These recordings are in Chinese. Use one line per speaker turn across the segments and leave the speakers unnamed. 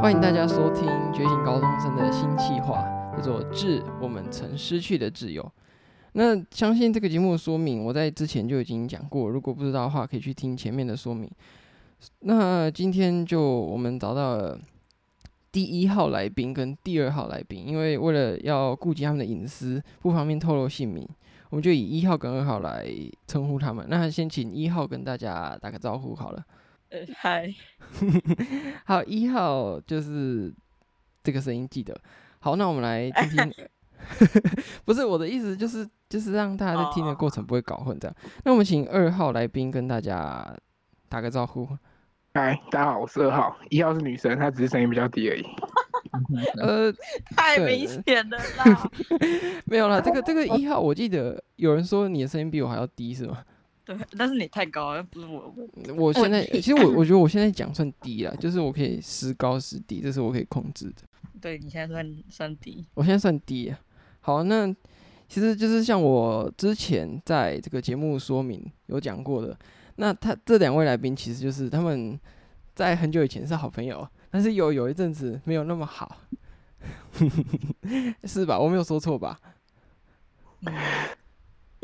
欢迎大家收听《觉醒高中生》的新计划，叫做《致我们曾失去的挚友》。那相信这个节目的说明，我在之前就已经讲过，如果不知道的话，可以去听前面的说明。那今天就我们找到了第一号来宾跟第二号来宾，因为为了要顾及他们的隐私，不方便透露姓名，我们就以一号跟二号来称呼他们。那先请一号跟大家打个招呼好了。
呃，嗨，
好，一号就是这个声音，记得。好，那我们来听听。不是我的意思，就是就是让大家在听的过程不会搞混这样。那我们请二号来宾跟大家打个招呼。
嗨，大家好，我是二号，一号是女生，她只是声音比较低而已。
呃，
太
对
明
了
显了啦！
没有啦，这个这个一号，我记得有人说你的声音比我还要低是吗？
对，但是你太高了，不是我的问题。
我现在
我
其实我我觉得我现在讲算低啦，就是我可以时高时低，这是我可以控制的。
对你现在算算低，
我现在算低啊。好，那其实就是像我之前在这个节目说明有讲过的，那他这两位来宾其实就是他们在很久以前是好朋友，但是有有一阵子没有那么好， 是吧？我没有说错吧？
嗯，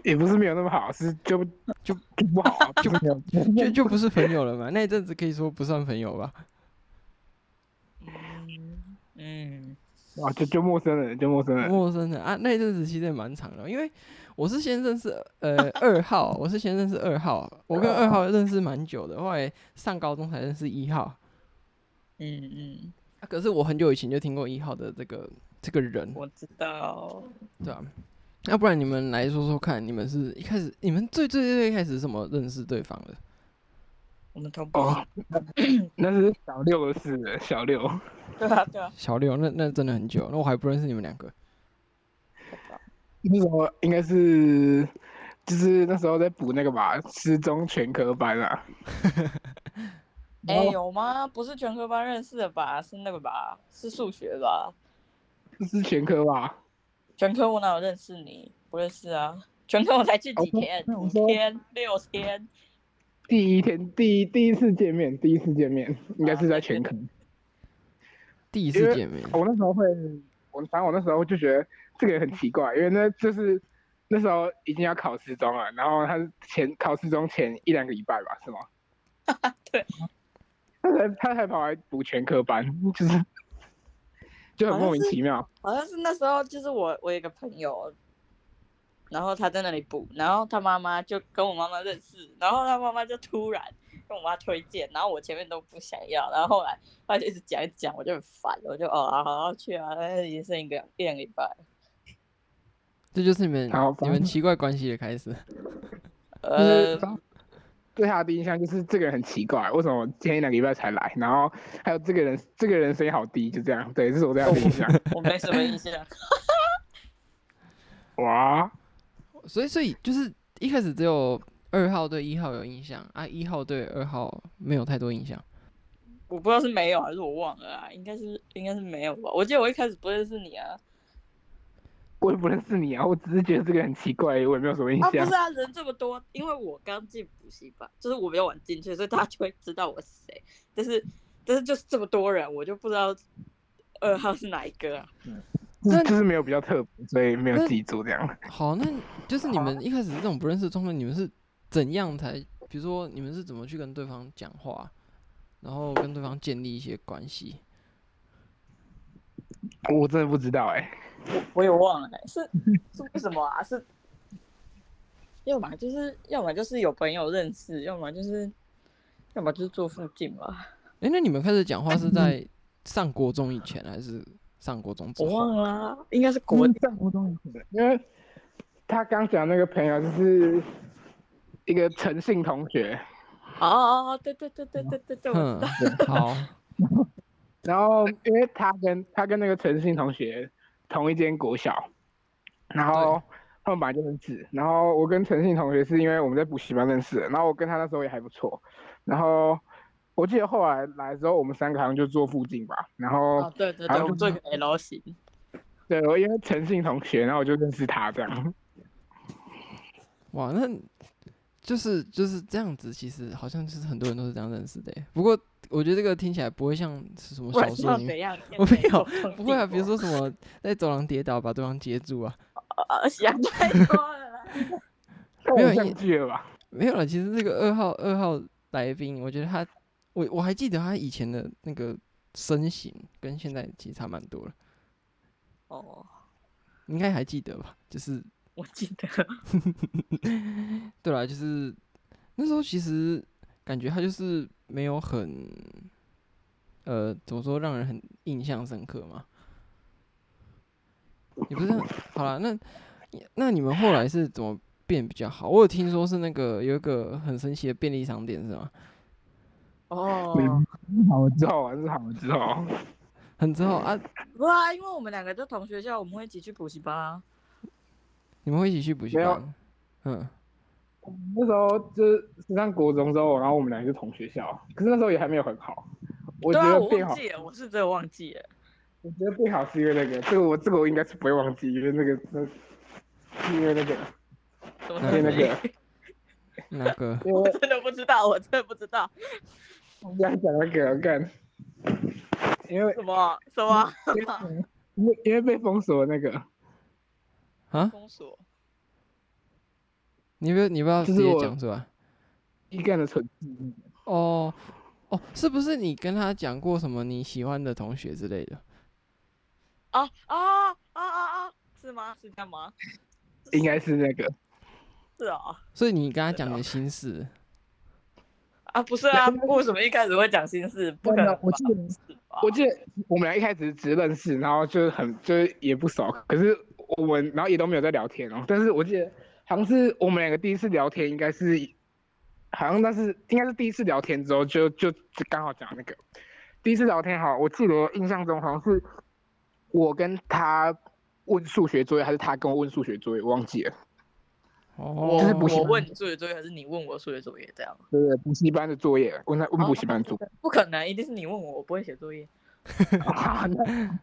也不是没有那么好，是就就就不好、啊，就没有
就就不是朋友了嘛？那一阵子可以说不算朋友吧？
嗯 嗯，
啊，就就陌生人，就陌生人。
陌生人啊，那一阵子其实也蛮长的，因为我是先认识呃 二号，我是先认识二号，我跟二号认识蛮久的，后来上高中才认识一号。
嗯嗯，
啊可是我很久以前就听过一号的这个这个人，
我知道。
对吧、要不然你们来说说看，你们是一开始，你们最最最最开始是怎么认识对方的？
我们同步，
哦，那是小六的事，小六。
对啊对啊，
小六，那那真的很久，那我还不认识你们两个。
那时候应该是就是那时候在补那个吧，失踪全科班啊。哦
哎、
然后
有吗？不是全科班认识的吧？是那个吧？是数学吧？
是全科吧？
全科我哪有认识你？不认识啊，全科我才去几
哦
天，
那我
五
说
天六天，
第一天，第一第一次见面，第一次见面应该是在全科。
第一次见面，
我那时候会，我反正我那时候就觉得这个很奇怪，因为那就是那时候已经要考试中了，然后他是前考试中前一两个礼拜吧，是吗？
对。
他才他才跑来补全科班，就是就很莫名其妙。
好像是那时候，就是我我有一个朋友，然后他在那里补，然后他妈妈就跟我妈妈认识，然后他妈妈就突然跟我妈推荐，然后我前面都不想要，然后后来他就一直讲一直讲，我就很烦，我就哦好好好去啊，但是也剩一个一两个礼拜，
这就是你们
好
你
反
们
正
奇怪关系的开始。
呃，
就是对他的印象就是这个人很奇怪，为什么前一两个礼拜才来？然后还有这个人，这个人声音好低，就这样。对，这是我对他的印 象。
我没什么印象，
哇，
所以所以就是一开始只有二号对一号有印象啊，一号对二号没有太多印象。
我不知道是没有还是我忘了啊，应该是应该是没有吧，我记得我一开始不认识你啊，
我也不认识你啊，我只是觉得这个人很奇怪，我也没有什么 印
啊，不
象
是。啊，人这么多，因为我刚进补习班，就是我比较晚进去，所以大家就会知道我是谁。但是，但是就是这么多人，我就不知道二号是哪一个、啊。
就是
那
就是没有比较特别，所以没有
那
记住这样。
好，那就是你们一开始这种不认识的状态，你们是怎样才？比如说，你们是怎么去跟对方讲话，然后跟对方建立一些关系？
我真的不知道哎、
我我也忘了、是是为什么啊？是要么就是要么就是有朋友认识，要么就是要么就是住附近吧。
诶，那你们开始讲话是在上国中以前，还是上国中之
我
后？
忘了啊、应该是
嗯
国
战国中以前，因为他刚讲那个朋友就是一个诚信同学，
哦哦哦，对对对对对对对，我知
嗯
道。，
好，
然后因为他跟他跟那个诚信同学同一间国小，然后他们本来就认识，然后我跟诚信同学是因为我们在补习班认识的，然后我跟他那时候也还不错，然后我记得后来来的时候，我们三个好像就坐附近吧，然后、
哦，对对
好
对，
像
我们做一个 L 型。
对我因为诚信同学，然后我就认识他这样。
哇，那就是就是这样子，其实好像就是很多人都是这样认识的耶。不过我觉得这个听起来不会像是什么
不
小
然
说
要
里面，
怎 样？
我没有
有
不会啊，比如说
哦
什么在走廊跌倒把对方接住啊，
想太多了啦。
太
没有
偶
因
像剧了吧？
没有了。其实这个二号二号来宾，我觉得他，我我还记得他以前的那个身形跟现在其实差蛮多了，
哦，
你应该还记得吧？就是
我记得，
对啦，就是那时候其实感觉他就是没有很，呃，怎么说让人很印象深刻嘛？也不是很，好啦，那那你们后来是怎么变比较好？我有听说是那个有一个很神奇的便利商店是吗？
哦，
好，我知道，我知道，我知道。
很之后啊，
不啊，因为我们两个都同学校，我们会一起去补习班啊。
你们会一起去补习
没有
班？嗯，
那时候就是上国中之后，然后我们俩是同学校，可是那时候也还没有很好。我
对
觉
啊，
得
我
变
忘
好，
记了，我是真的忘记 了。
我觉得变好是因为那个，这个我这个我应该是不会忘记，因为那个那是因为那个，
怎么
那
因
会
为那
这样
个，
那个
因 为
真的不知道，我真的不知道
我们俩讲那个干，因为
什么啊什么
因为因为被封锁那个，嗯
啊，
封锁。
你不要你不要
就
直
是
接
我
讲出来。
一干的蠢事，
哦哦，是不是你跟他讲过什么你喜欢的同学之类的？
啊啊啊啊啊！是吗？是这样吗？
应该是那个。
是啊
所以你跟他
对
讲
啊
你的心事，
啊，不是啊，为什么一开始会讲心事？不可能吧，
啊我记得
是吧
我记得我们俩一开始只是认识，然后就是很就是也不熟，可是我们然后也都没有在聊天哦。但是我记得好像是我们两个第一次聊天，应该是好像那是应该是第一次聊天之后就就就刚好讲那个第一次聊天好，我记得印象中好像是我跟他问数学作业，还是他跟我问数学作业，我忘记了。
哦，
我
就是补习
我
班
问你数学作业，还是你问我数学作业？这样
对对，补习班的作业，问他问补习班的作业。
哦不可能，一定是你问我，我不会写作业。
好，那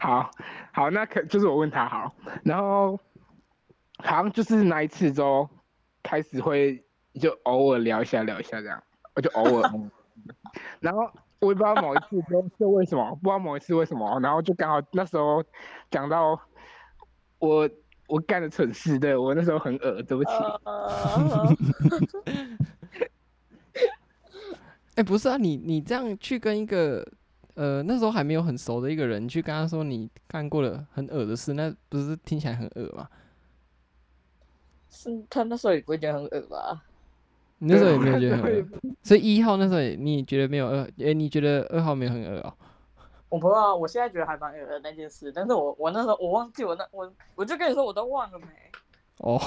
好好，那可就是我问他好，然后好像就是那一次之后开始会就偶尔聊一下聊一下这样，我就偶 尔，然后我也不知道某一次之后就为什么，不知道某一次为什么，然后就刚好那时候讲到我我干的蠢事，对我那时候很恶，对不起，
啊
呃，
哎、不是啊，你你这样去跟一个呃那时候还没有很熟的一个人去跟他说你干过了很恶的事，那不是听起来很恶吗？
是他那时候也不会觉得很恶吧？
你那时候
对
也没有
我
觉得
那
很
时候也
恶，所以一号那时候也你也觉得没有恶，哎、你觉得二号没有很恶哦？
我不知道，我现在觉得还蛮恶的那件事，但是我我那时候我忘记我那我我就跟你说我都忘了没。
哦，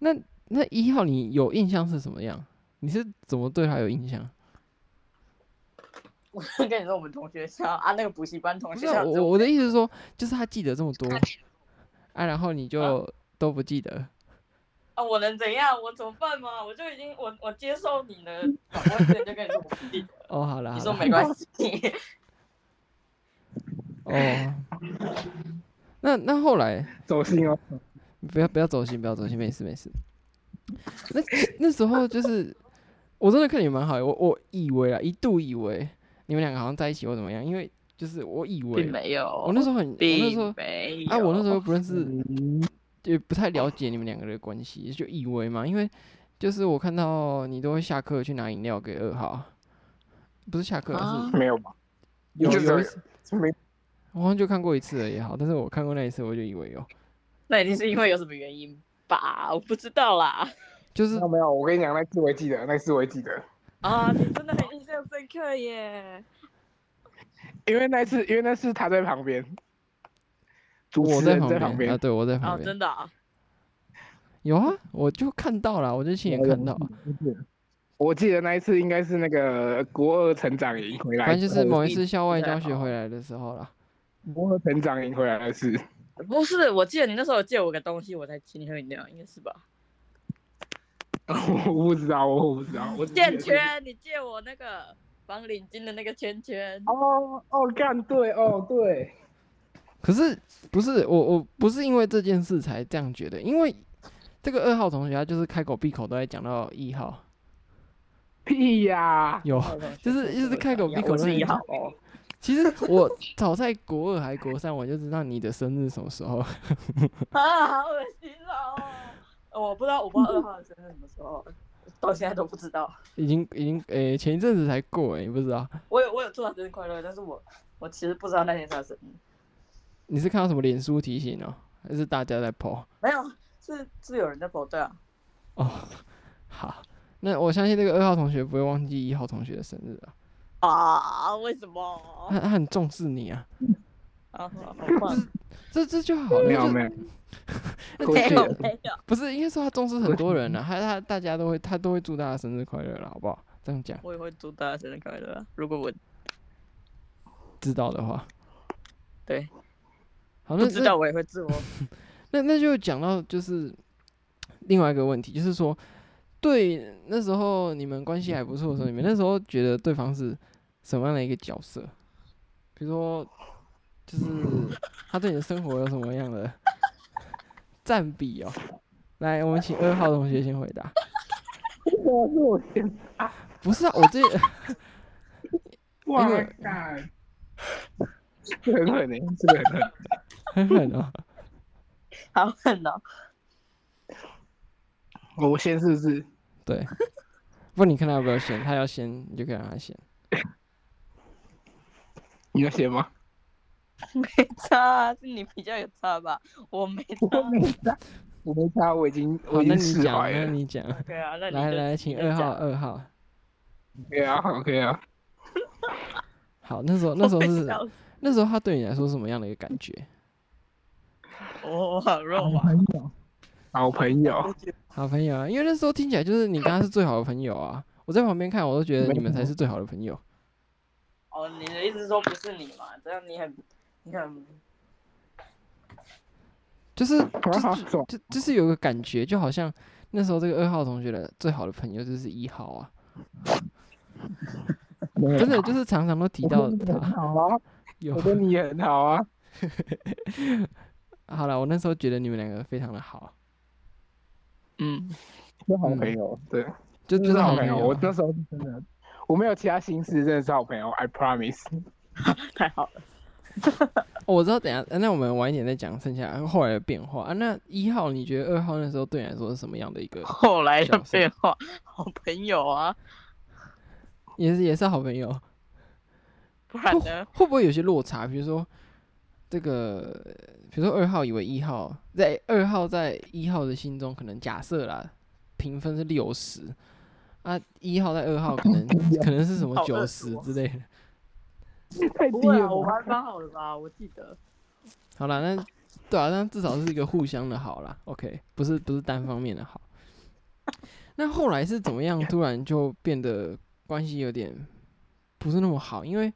那那一号你有印象是什么样？你是怎么对他有印象？
我就跟你说我们同学校啊，那个补习班同
不是
学
啊、
校，
我我的意思是说，就是他记得这么多啊，然后你就都不记得。
啊，我能怎样？我怎么办嘛？我就已经我我接受你的访问，之前就跟你说我不 记得，
哦，好啦，
你
好
说
啦
没关 系。
哦。那那后来
走心哦，
不要不要走心，不要走心，没事没事。那那时候就是我真的看你蛮好的，我我以为啊，一度以为你们两个好像在一起或怎么样，因为就是我以为
并没有，
我那时候很我那时候
并没有
啊，我那时候又不认识
哦嗯，哦
也不太了解你们两个的关系，就以为嘛，因为就是我看到你都会下课去拿饮料给二号，不是下课，
啊
是
没有吧？
有
就
有一
是
次，
没
我好像就看过一次而已，好，但是我看过那一次，我就以为有，
那一定是因为有什么原因吧？我不知道啦。
就是
没有没有，我跟你讲，那次我也记得，那次我也记得。
啊，你真的很印象深 刻耶！
因为那次，因为那次他在旁边，主
我
持人在
旁
旁
边啊，
边，
对我在
哦
旁，边，
真的啊，
有啊，我就看到了，我就亲眼
哦有
看到，嗯
我记得那一次应该是那个国二成长营回来，
反正就是某一次校外
对
教学
哦
回来的时候啦，
国二成长营回来的事，
不是，我记得你那时候有借我个东西，我才请你喝饮料，应该是吧？
我不知道，我不知道，
嗯
我只记得
欠
是
圈，你借我那个绑领巾的那个圈圈。
哦哦，干对哦对，
可是不是我我不是因为这件事才这样觉得，因为这个二号同学他就是开口闭口都在讲到一号。
屁呀、
有，就是一直开口闭口
我
都
是一
是
号哦，
其实我早在国二还国三，我就知道你的生日什么时候。
啊，好恶心哦！我不知道，我不知道二号的生日什么时候，到现在都不知道。
已经已经诶、前一阵子才过诶、你不知道？
我有我有祝他生日快乐，但是我我其实不知道那天是他生日，
你是看到什么脸书提醒哦、还是大家在 po？
没有，是是有人在跑对啊。
哦，好，那我相信那个二号同学不会忘记一号同学的生日啊，
啊，为什么？
他他很重视你啊，
啊，好好棒！
这这就好了，
没有
就
没有，
那
过
没
这
去
有
个
没有，
不是应该说他重视很多人啊，他他大家都会他都会祝大家生日快乐了，好不好？这样讲
我也会祝大家生日快乐啊。如果我
知道的话，
对
好，那
不知
那
道，我也会祝我。
那那就讲到就是另外一个问题，就是说，对那时候你们关系还不错的时候，你们那时候觉得对方是什么样的一个角色？比如说，就是他对你的生活有什么样的 占比哦？来，我们请二号同学先回答。
我是我先，
不是啊，我这
哇
因为，
干，这很狠的，这个很狠。
很狠哦。
好狠哦！
哦我先是不是？
对，不，你看他要不要先，他要先，你就可以让他先。
你要先吗？
没差啊，是你比较有差吧？我没差。啊
我没差，我没差，我已经
好，
我已
那
经
你
释
讲，
怀
那
了。
你讲。
对啊，那你
来
就
来，
你
请
就
二号，
讲
二号。
OK 啊，OK 啊，
好，那时候那时候
我
是
笑死
那时候他对你来说是什么样的一个感觉？
我好肉麻。
朋友，好朋友，
好朋友啊，因为那时候听起来就是你跟他是最好的朋友啊。我在旁边看，我都觉得你们才是最好的朋友。
哦，你的意思是说不是你嘛？这样你很你很
就是
好好
就是
爽
就就是有个感觉，就好像那时候这个二号同学的最好的朋友就是一号啊，真的就是常常都提到
我跟你很
他。
好啊，
有
我跟你也很好啊，
好了，我那时候觉得你们两个非常的好，
嗯，
是好朋友，对，
就就是嗯好朋
朋
友
我
啊。
那时候是真的，我没有其他心事，真的是好朋友，I promise。
太好了。
哦我知道，等一下、呃那我们晚一点再讲剩下后来的变化啊。那一号，你觉得二号那时候对你来说是什么样的一个？
后来的
角色
变化，好朋友啊，
也是也是好朋友。
不然 呢？
会不会有些落差？比如说这个，比如说二号以为一号在二号在一号的心中，可能假设啦，评分是六十啊，一号在二号可 能可能是什么
好
九
恶
十
毒哦
之类的。
太
不
低
会
了
啊，我
吧，
还蛮好的吧？我记得。
好啦，那对啊，那至少是一个互相的好啦。OK，不是不是单方面的好。那后来是怎么样？突然就变得关系有点不是那么好，因为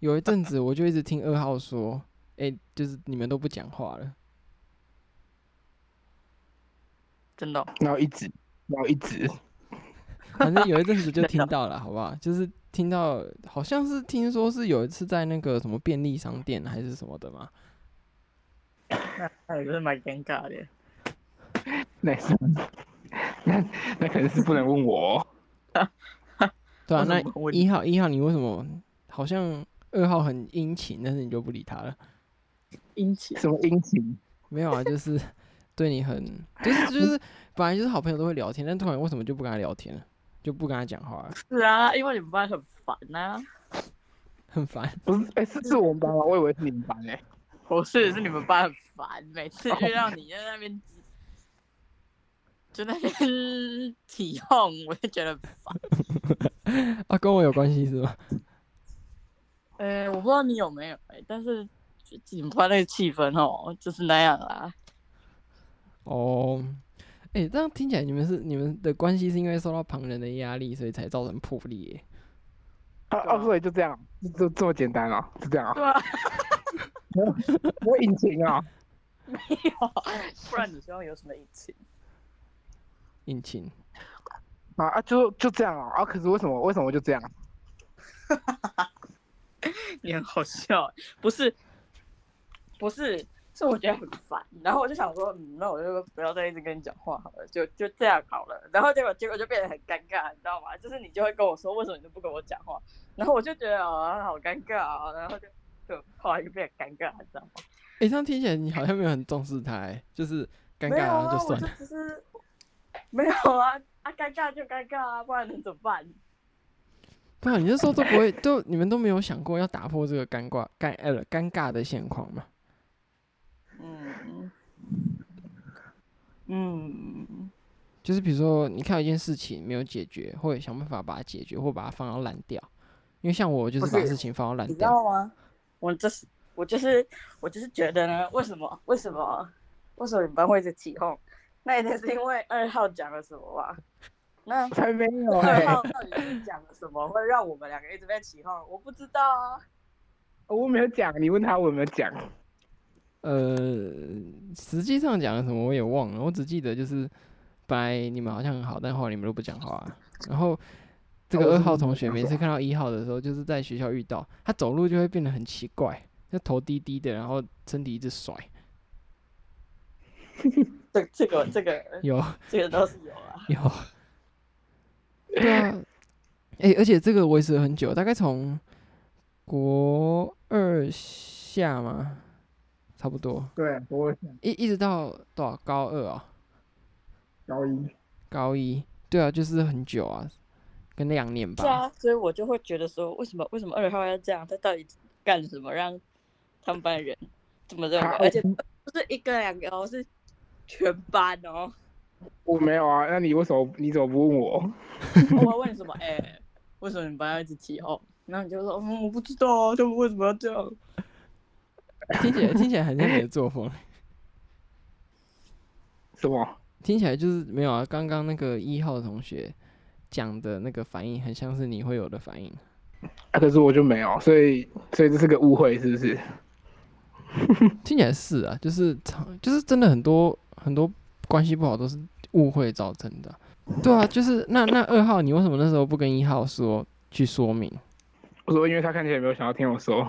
有一阵子我就一直听二号说， 哎、就是你们都不讲话了。
真的哦、
然后一直，然后一直，
反正有一阵子就
真的
听 到了，好不好？就是听到，好像是听说是有一次在那个什么便利商店还是什么的嘛，
那也是蛮尴尬的。
那是，那那可能是不能问我哦，
对啊，
为什
那
么我
一号一号你为什么好像二号很殷勤，但是你就不理他了？
殷勤
什么殷勤，
没有啊，就是 对你很，就是就是本来就是好朋友都会聊天，但突然为什么就不跟他聊天了？就不跟他讲话了，
是啊，因为你们班很烦啊呐、
很烦。
不是，哎，是是我们班吗？我以为是你们班哎，
我是是你们班很烦，每次遇到你就在那边，就在那边 起哄，我就觉得很烦。
啊，跟我有关系是吗？
呃，我不知道你有没有、欸，但是就你们班那个气氛哦，就是那样啦。
哦，哎、这样听起来你们是你们的关系是因为受到旁人的压力，所以才造成破裂耶、
哦
对啊
哦，所以就这样，就就这么简单啊，就这样啊，
对 啊，
我殷勤啊，
没有，不然你希望有什么隐情？
殷勤。
啊啊，就就这样啊，啊，可是为什么为什么就这样？
你很好笑欸、不是，不是，所以我觉得很烦。然后我就想说，嗯，那我就不要再一直跟你讲话好了，就就这样好了。然后结果结果就变得很尴尬，你知道吗？就是你就会跟我说，为什么你都不跟我讲话？然后我就觉得啊，好尴尬啊，然后就就后来就变得尴尬，你知道吗？
哎、这样听起来你好像没有很重视他、欸，就是尴
没
尬
有
啊
啊，
就算
我
了
就。只是没有啊啊，尴尬就尴尬啊，不然能怎么办？
不然你那时候都不会，都你们都没有想过要打破这个尴尬尴呃尴尬的现况嘛？
嗯嗯，
就是比如说，你看到一件事情没有解决，或者想办法把它解决，或把它放到烂掉。因为像我就
不
是把
是
事情放到烂
你知
掉，
道吗？我就是我就是我就是觉得呢，为什么为什么为什么你们班会一直起哄？那一定是因为二号讲了什么吧？那
我才没有哎、
二号到底是讲了什么，会让我们两个一直被起哄？我不知道啊。
我没有讲，你问他我有没有讲？
呃，实际上讲了什么我也忘了，我只记得就是本来你们好像很好，但后来你们都不讲话、然后这
哦
个
我
二
是
号
没
同
有
学
讲
每次
话
看到一号的时候，就是在学校遇到他走路就会变得很奇怪，就头低低的，然后身体一直甩。
这这个这个
有
这个倒是有 啊。
有，对啊，哎、而且这个维持了很久，大概从国二下嘛，差不多
对，我
一一直到多少高二啊、
高一
高一，对啊，就是很久啊，跟两年
是
吧。
啊，所以我就会觉得说，为什么为什么二号要这样？他到底干什么让他们班的人这么认为？
他
而且不是一个两个哦，是全班哦。
我没有啊，那你为什么你怎么不问我？
我还问你什么？哎、为什么你们班要一直起哄？然后你就说，嗯，我不知道啊，他们为什么要这样？
听起来听起来很像你的作风，
什么？啊
听起来就是没有啊。刚刚那个一号同学讲的那个反应，很像是你会有的反应。
啊，可是我就没有，所以所以这是个误会，是不是？
听起来是啊，就是常就是真的很多很多关系不好都是误会造成的。对啊，就是那那二号，你为什么那时候不跟一号说去说明？
我说因为他看起来没有想要听我说，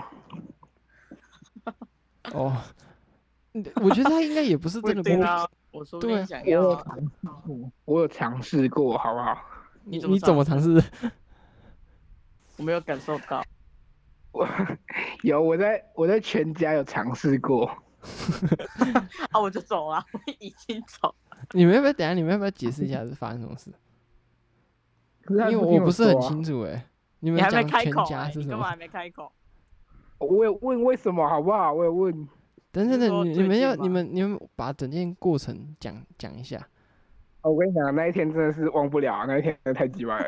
哦，嗯我觉得他应该也不是 真的
对
不，
啊，我说不
对啊
定想要啊、
我有尝试过，好不好？
你
你怎么
你怎么尝试？
我没有感受到。
我有我在我在全家有尝试过，
啊，我就走了， 我已经走了。
你们要不要等一下？你们要不要解释一下是发生什 么事？
可是他
因为
不听
我不是
说
很
啊
清楚哎、你们
你还没
讲
开
全
口、
家
哎
是
你
什
干嘛
么
还？没开口？
我有问为什么好不好？我有问，
等等
你是说
等，你
最
你们
近
要
吗
你们你们把整件过程讲讲一下
哦我跟你讲，那一天真的是忘不了，啊那一天真的太鸡巴了。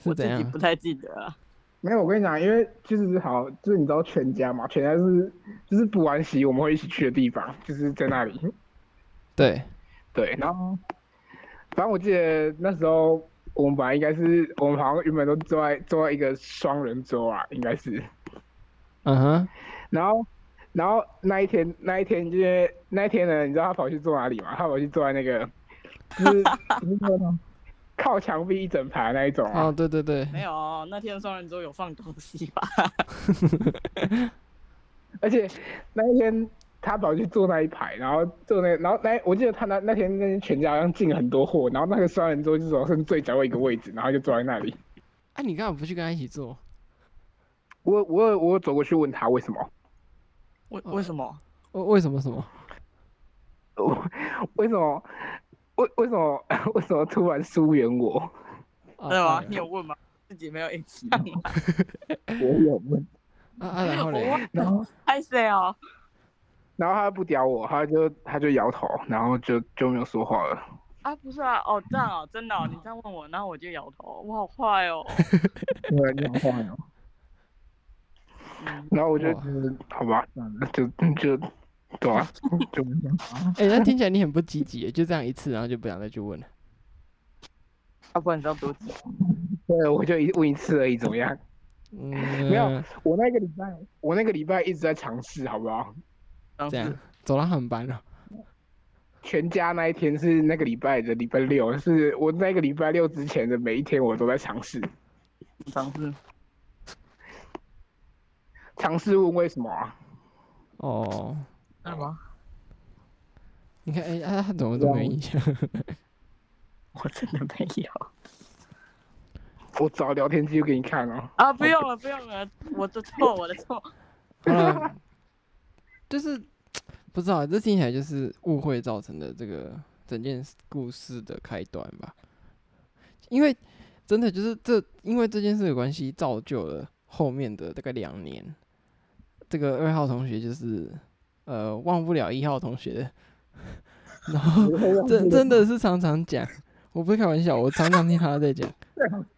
是
我
怎
自己
样
不？太记得啊了。
没有，我跟你讲，因为就是好，就是你知道全家嘛，全家是就是补完习我们会一起去的地方，就是在那里。
对，
对，然后反正我记得那时候我们本来应该是我们好像原本都坐在坐在一个双人桌啊，应该是。
嗯哼，
然后然后那一天那一天就是那一天呢，你知道他跑去坐哪里吗？他跑去坐在那个就是就是那种靠墙壁一整排那一种啊。
哦，对对对，
没有，啊那天双人桌有放东西吧？
而且那一天他跑去坐那一排，然后坐那然后那我记得他那那天那天全家好像进了很多货，然后那个双人桌就只剩最角落一个位置，然后就坐在那里。
啊，你干嘛不去跟他一起做？
我我有我有走过去问他为什么，
为
哦
为什么？
为为什么什么？
我为什么为为什么为什么突然疏远我？
啊
对吗？
当
你
然
有问吗？自己没有印象吗？
我有问，
啊啊，然后 嘞，
然后
拍谁哦？
然后他不屌我，他就他就摇头，然后就就没有说话了。
啊，不是啊，哦，这样哦，真的、哦，你这样问我，然后我就摇头，我好坏哦。
对，你好坏哦。
嗯，
然后我就
哇
觉得好吧，算了，就就对啊，就没办法。
哎，那听起来你很不积极 耶，就这样一次，然后就不想再去问了。
啊，不然你知道多久？
对，我就一问一次而已，怎么样？
嗯，
没有，我那个礼拜，我那个礼拜一直在尝试，好不好？
当
这样
时
走到很班了。
全家那一天是那个礼拜的礼拜六，是我那个礼拜六之前的每一天我都在尝试，
当时
尝试问为什么啊？
哦，
真的吗？
你看，哎、啊他怎么都没有印象？
我真的没有
我找聊天记录给你看 哦。
啊！不用了，不用了，我的错，我的错。
好啦就是不知道，这听起来就是误会造成的这个整件事故事的开端吧。因为真的就是这，因为这件事的关系，造就了后面的大概两年，这个二号同学就是呃忘不了一号同学的， 然后真真的是常常讲，我不是开玩笑，我常常听他在讲，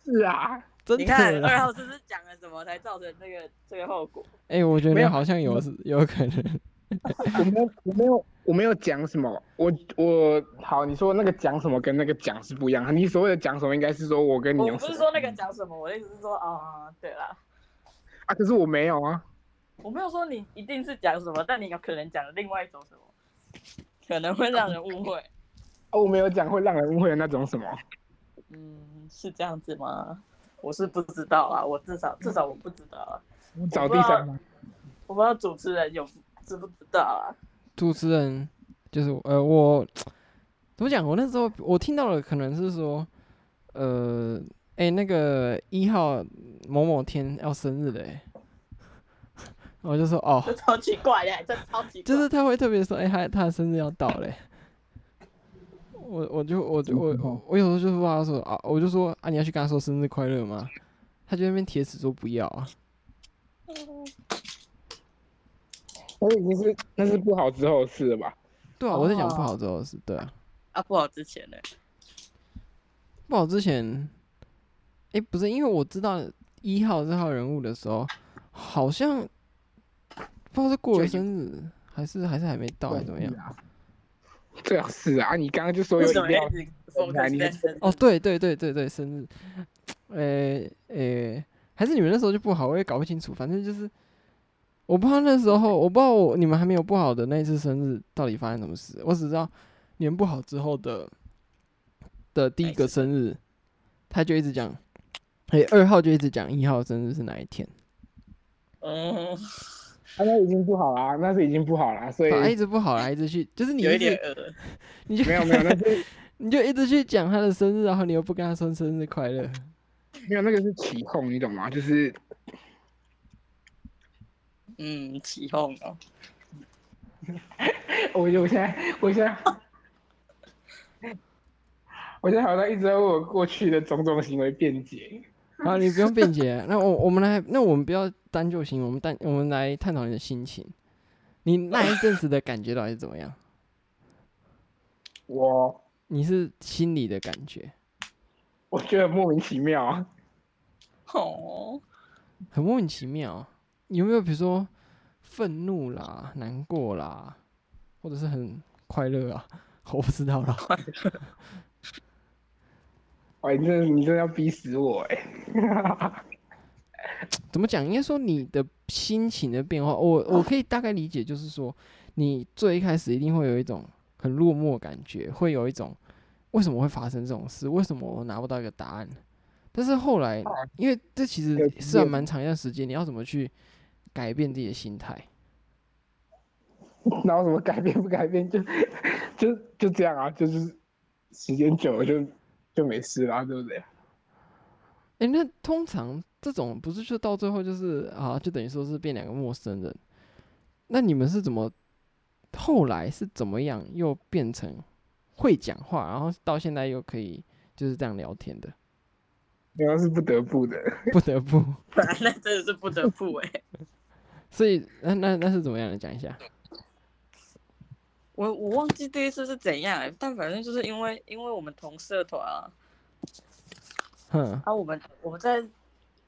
是啊，
真
你
的
看二
啦。
号这是讲了什么才造成这个这个后果？
哎、我觉
没
得
有
好像有
嗯
是有可能，
我没有，我没有，我没有讲什么。我我好，你说那个讲什么跟那个讲是不一样。你所谓的讲什么，应该是说我跟你
我
有
不
什
是
么
说那个讲什么，我的意思是说，啊、对啦，
啊？可是我没有啊。
我没有说你一定是讲什么，但你有可能讲了另外一种什么，可能会让人误会。
哦，我没有讲会让人误会的那种什么。
嗯，是这样子吗？我是不知道啊，我至少至少我不知道啊，
我找第三方，
我不知道主持人有知不知道啊。
主持人就是我呃，我怎么讲？我那时候我听到了，可能是说，呃，哎、那个一号某某天要生日的、欸， 我就说哦，
这超奇怪的，这超奇怪。
就是他会特别说，哎、他他的生日要到嘞、我我就我就我我我有时候就问他说啊，我就说啊，你要去跟他说生日快乐吗？他就在那边铁齿说不要啊，
那已经是那是不好之后的事了吧？
对啊，我在讲不
哦
好之后的事，对啊，
啊，不好之前呢，
不好之前，哎、不是，因为我知道一号这号人物的时候，好像不知道是过了
就已经
生日，还是还是还没到，还是怎么样？
啊最好是啊，啊你刚刚就说
为
有
什
饮
么一
料，
直 focus 在身
哦，对对对对对，生日，呃、呃、还是你们那时候就不好，我也搞不清楚，反正就是。我不知道那时候，我不知道我你们还没有不好的那一次生日到底发生什么事，我只知道你们不好之后的的第一
哪一
个
次
生日，他就一直讲，哎、二号就一直讲一号生日是哪一天，
嗯，
啊那已经不好啦，那是已经不好啊哎啦，所以
反啊正一直不好啦，一直去，就是你
有
一
一点
直
恶。
你就
没有没有，那是
你就一直去讲他的生日，然后你又不跟他说生日快 乐，
没有那个是起哄，你懂吗？就是
嗯，起哄哦。
我我现在我现在我现在好像一直在为我过去的种种行为辩解。
好，啊你不用辩解。那我我们来，那我们不要单就行，我们单我们来探讨你的心情。你那一阵子的感觉到底是怎么样？
我
你是心里的感觉
我觉得莫名其妙啊，
哦，
很莫名其妙，有没有比如说愤怒啦、难过啦，或者是很快乐啊？ 我不知道啦。
哇，你真的你真的要逼死我哎、
怎么讲？应该说你的心情的变化，我我可以大概理解，就是说你最一开始一定会有一种很落寞的感觉，会有一种为什么会发生这种事？为什么我拿不到一个答案？但是后来，因为这其
有
实
经
是要
验
蛮长一段时间，你要怎么去改变自己的心态？
然后什么改变不改变，就就就这样啊，就是时间久了就就没事啦，对不对？
诶，那通常这种不是就到最后就是啊，就等于说是变两个陌生人。那你们是怎么后来是怎么样又变成会讲话，然后到现在又可以就是这样聊天的？
因为是不得不的，
不得不，
本来 那真的是不得不哎、
所以那那那是怎么样的？讲一下。
我我忘记第一次是怎样、欸，但反正就是因为因为我们同社团啊，
哼，
啊我们我们在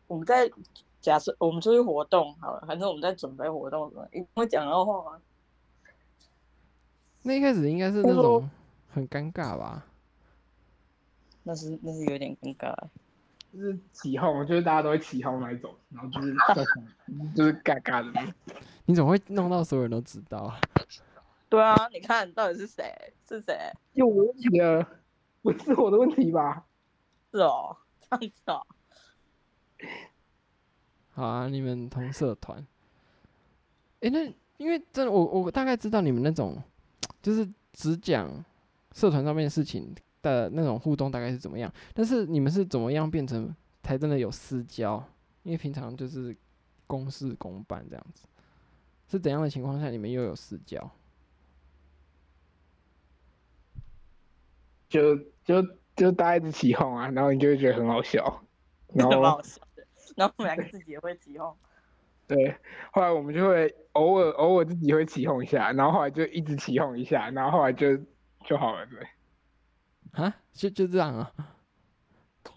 我们在假设我们出去活动好了，反正我们在准备活动什么，因为讲到话、啊，
那一开始应该是那种很尴尬吧？
那是那是有点尴尬欸、
就是起哄，就是大家都会起哄那一种，然后就是 就是尬尬的那种。
你怎么会弄到所有人都知道啊？
对啊，你看到底是谁是谁
有问题的，不是我的问题吧？
是哦这样子哦，
好啊，你们同社团。诶，那因为真的，我我大概知道你们那种，就是只讲社团上面的事情的那种互动大概是怎么样，但是你们是怎么样变成才真的有私交？因为平常就是公事公办这样子，是怎样的情况下你们又有私交？
就就就大家一直起哄啊，然后你就会觉得很好笑，然
真 的蛮
后
好笑的。然后我们两个自己也会起哄，
对，后来我们就会偶尔偶尔自己会起哄一下，然后后来就一直起哄一下，然后后来就就好了，对。
啊，就就这样啊？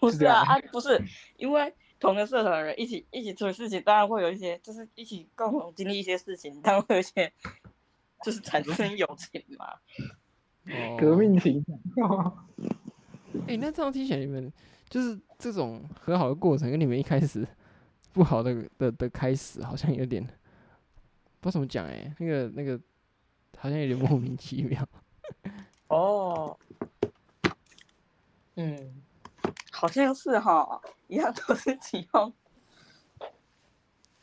不
是
是
这
啊
样
啊不是，因为同个社团的人一起一起处理事情，当然会有一些就是一起共同经历一些事情，当然会有一些就是产生友情嘛。
哦
革命情 感，
哎、那这样听起来，你们就是这种和好的过程，跟你们一开始不好的的的开始，好像有点不知道怎么讲哎、那个那个好像有点 莫名其妙。
哦，嗯，好像是哈，一样都是起哄，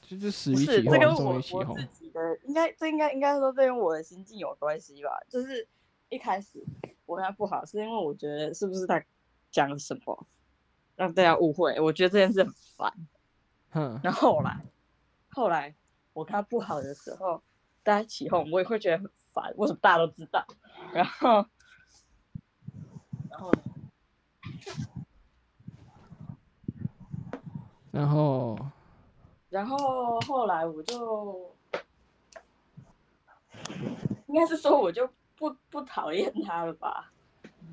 就就死
不
于
是
起
这
哄，
跟
终
我
于起
我
哄
自。己的，应该这应该应该说这跟我的心境有关系吧。就是一开始我跟他不好，是因为我觉得是不是他讲了什么让大家误会，我觉得这件事很烦。
哼，
然后后来后来我跟他不好的时候，大家起哄，我也会觉得很烦，为什么大家都知道？然后然后呢？
然后
然后后来我就，应该是说我就不不讨厌他了吧，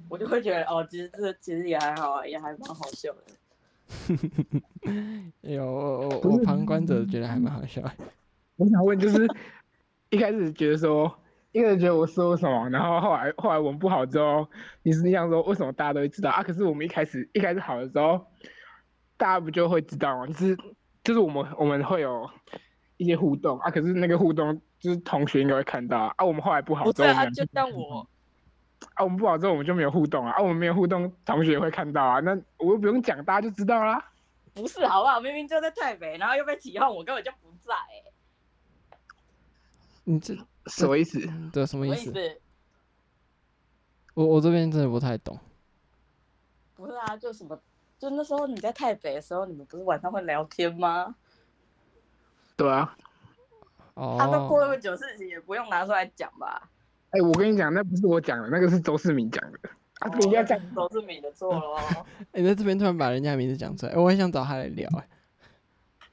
我就会觉得哦，其实这其实也还好啊，也还蛮好笑的。
有我我我旁观者觉得还蛮好笑的。
我想问就是，一开始觉得说，一开始觉得我说什么，然后后来后来我们不好之后，你是你想说为什么大家都会知道啊？可是我们一开始一开始好的时候，大家不就会知道吗？就是就是我们我们会有一些互动啊，可是那个互动就是同学应该会看到啊。啊我们后来不好
不
之
是
后，我
啊，
们
就像我，
啊我们不好之后我们就没有互动啊，啊我们没有互动，同学也会看到啊。那我又不用讲，大家就知道啦。
不是好不好？明明就在台北，然后又被起哄，我根本就不在、欸，
你这
什么意思？
这什么意
我意
思？
思
我我这边真的不太懂。
不是啊，就什么，就那时候你在台北的时候，你们不是晚上会聊天吗？
对啊。
哦，
他、都过那么久，事情也不用拿出来讲吧？
哎、我跟你讲，那不是我讲的，那个是周世明讲的。啊，
哦
不要讲，
都是你的错喽。
你、在这边突然把人家的名字讲出来，我也想找他来聊哎、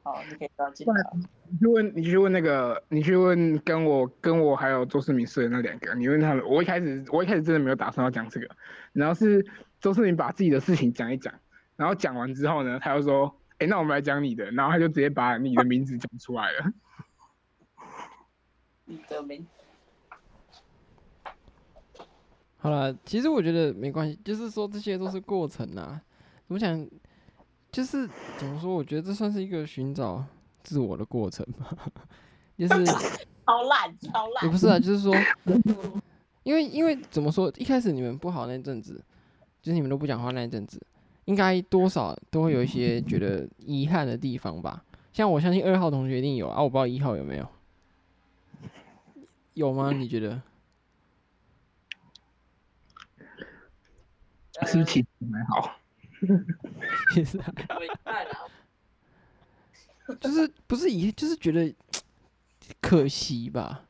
好，你可以道歉
不然
了。
你去问，你去问那个，你去问跟我跟我还有周世明睡的那两个，你问他们。我一开始我一开始真的没有打算要讲这个，然后是周世明把自己的事情讲一讲，然后讲完之后呢，他又说，哎、那我们来讲你的，然后他就直接把你的名字讲出来了。
你的名
好了，其实我觉得没关系，就是说这些都是过程啊。怎么讲？就是怎么说？我觉得这算是一个寻找自我的过程吧。就是
超烂，超
也
烂。
不是啊，就是说，因为因为怎么说？一开始你们不好那阵子，就是你们都不讲话那一阵子，应该多少都会有一些觉得遗憾的地方吧。像我相信二号同学一定有啊，我不知道一号有没有。有吗？你觉得？
呃
是不是其实还好？
其实
我一半啊
就是不是遗，就是觉得可惜吧，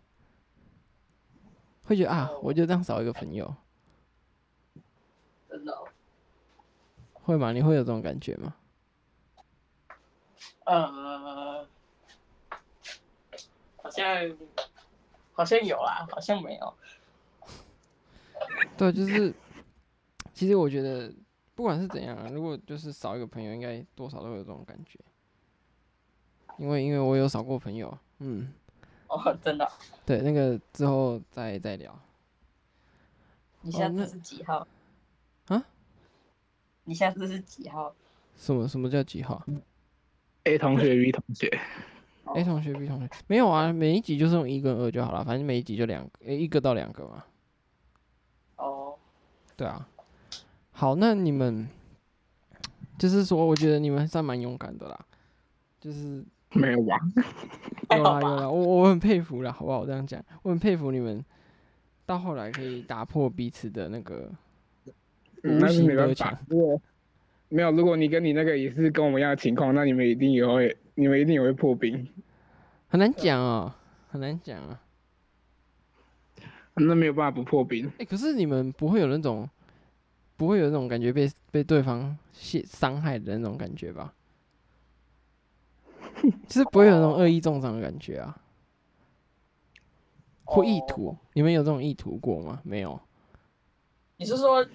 会觉得啊，我就这样少一个朋友，
真的哦。
会吗？你会有这种感觉吗？
呃，好像好像有啦，好像没有。
对，啊就是，其实我觉得不管是怎样、啊，如果就是少一个朋友，应该多少都会有这种感觉，因为因为我有少过朋友，嗯，
哦，真的哦。
对，那个之后再再聊，
你
哦
现
那
在是几号？
啊？
你现在是几号？
什么什么叫几号
A 同学 B 同学，
？A 同学 B 同学没有啊，每一集就是用一跟二就好了，反正每一集就两个，诶一个到两个嘛。
哦，
对啊，好，那你们就是说，我觉得你们还算蛮勇敢的啦，就是
没有吧？
还
有
好
啦有
吧
啦，我我很佩服啦，好不好？我这样讲，我很佩服你们，到后来可以打破彼此的那个
嗯，
无
那是
形
没办
的
法
墙。
如果没有，如果你跟你那个也是跟我们一样的情况，那你们一定也会，你们一定也会破冰。
很难讲哦，很难讲啊。
那没有办法不破冰。
哎、可是你们不会有那种，不会有那种感觉被被对方泄伤害的那种感觉 吧？就是不会有那
哦
种恶意重伤的感觉啊，或意
哦
图。你们有这种意图过吗？没有。
你是说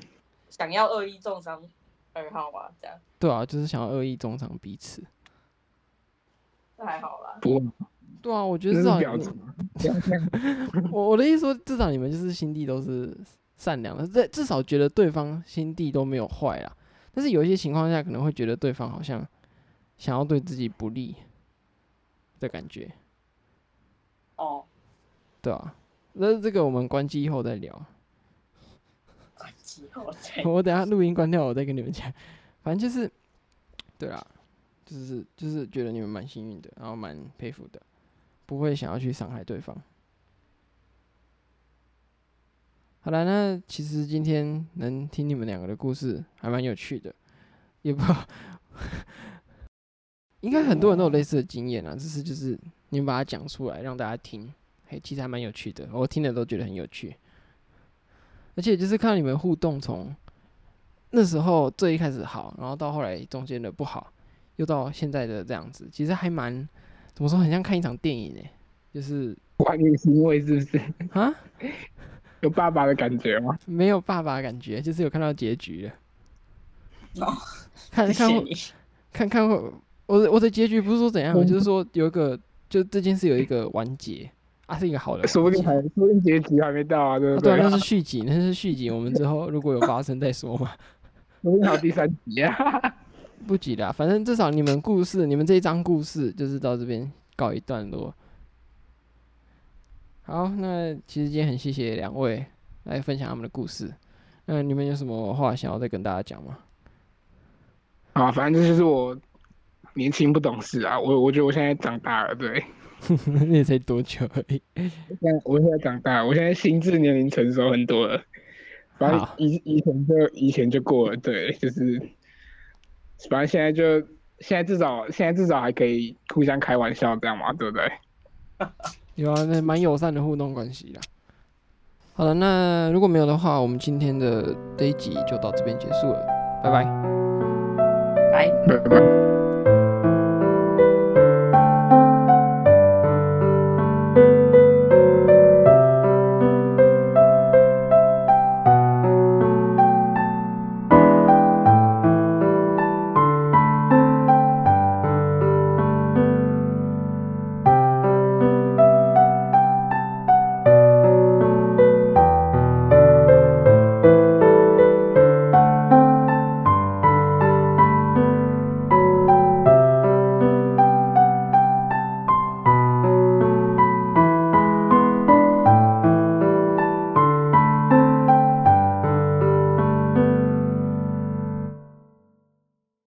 想要恶意重伤二号吗？这样
对啊，就是想要恶意重伤彼此。
这还好啦。
不会，
对啊，我觉
那
得至
是
少
婊
你
子嘛。不要这样
我我的意思说，至少你们就是心地都是善良的，至至少觉得对方心地都没有坏啦。但是有一些情况下，可能会觉得对方好像想要对自己不利的感觉，
哦，
对啊。那这个我们关机后再聊，
关机啊后再
我等下录音关掉，我再跟你们讲。反正就是，对啦，就是就是觉得你们蛮幸运的，然后蛮佩服的，不会想要去伤害对方。好了，那其实今天能听你们两个的故事还蛮有趣的，也不知道，应该很多人都有类似的经验啊，只是就是你们把它讲出来让大家听，嘿，其实还蛮有趣的，我听了都觉得很有趣，而且就是看到你们互动从那时候最一开始好，然后到后来中间的不好，又到现在的这样子，其实还蛮怎么说，很像看一场电影诶、欸就是
管你行为是不是
啊。
有爸爸的感觉吗？
没有爸爸的感觉，就是有看到结局了。
哦
看
谢
看
谢
会
你。
看看会，我的我的结局不是说怎样，
嗯
就是说有一个，就这件事有一个完结啊，是一个好的完结，
说不定还，说不定结局还没到啊，对
啊
不
对
对？
啊，那是续集，那是续集，我们之后如果有发生再说嘛，
说不定还有第三集啊。
不急啦，反正至少你们故事，你们这一章故事就是到这边告一段落。好，那其实今天很谢谢两位来分享他们的故事，那你们有什么话想要再跟大家讲吗？
啊，反正这就是我年轻不懂事啊，我我觉得我现在长大了，对，
那也才多久而已。
我现在我现在长大了，我现在心智年龄成熟很多了。反正
好
以以前就以前就过了，对，就是反正现在就现在至少现在至少还可以互相开玩笑，这样嘛，对不对？
有啊，那蛮友善的互动关系啦。好了，那如果没有的话，我们今天的这一集就到这边结束了，拜拜。
拜。
对吧？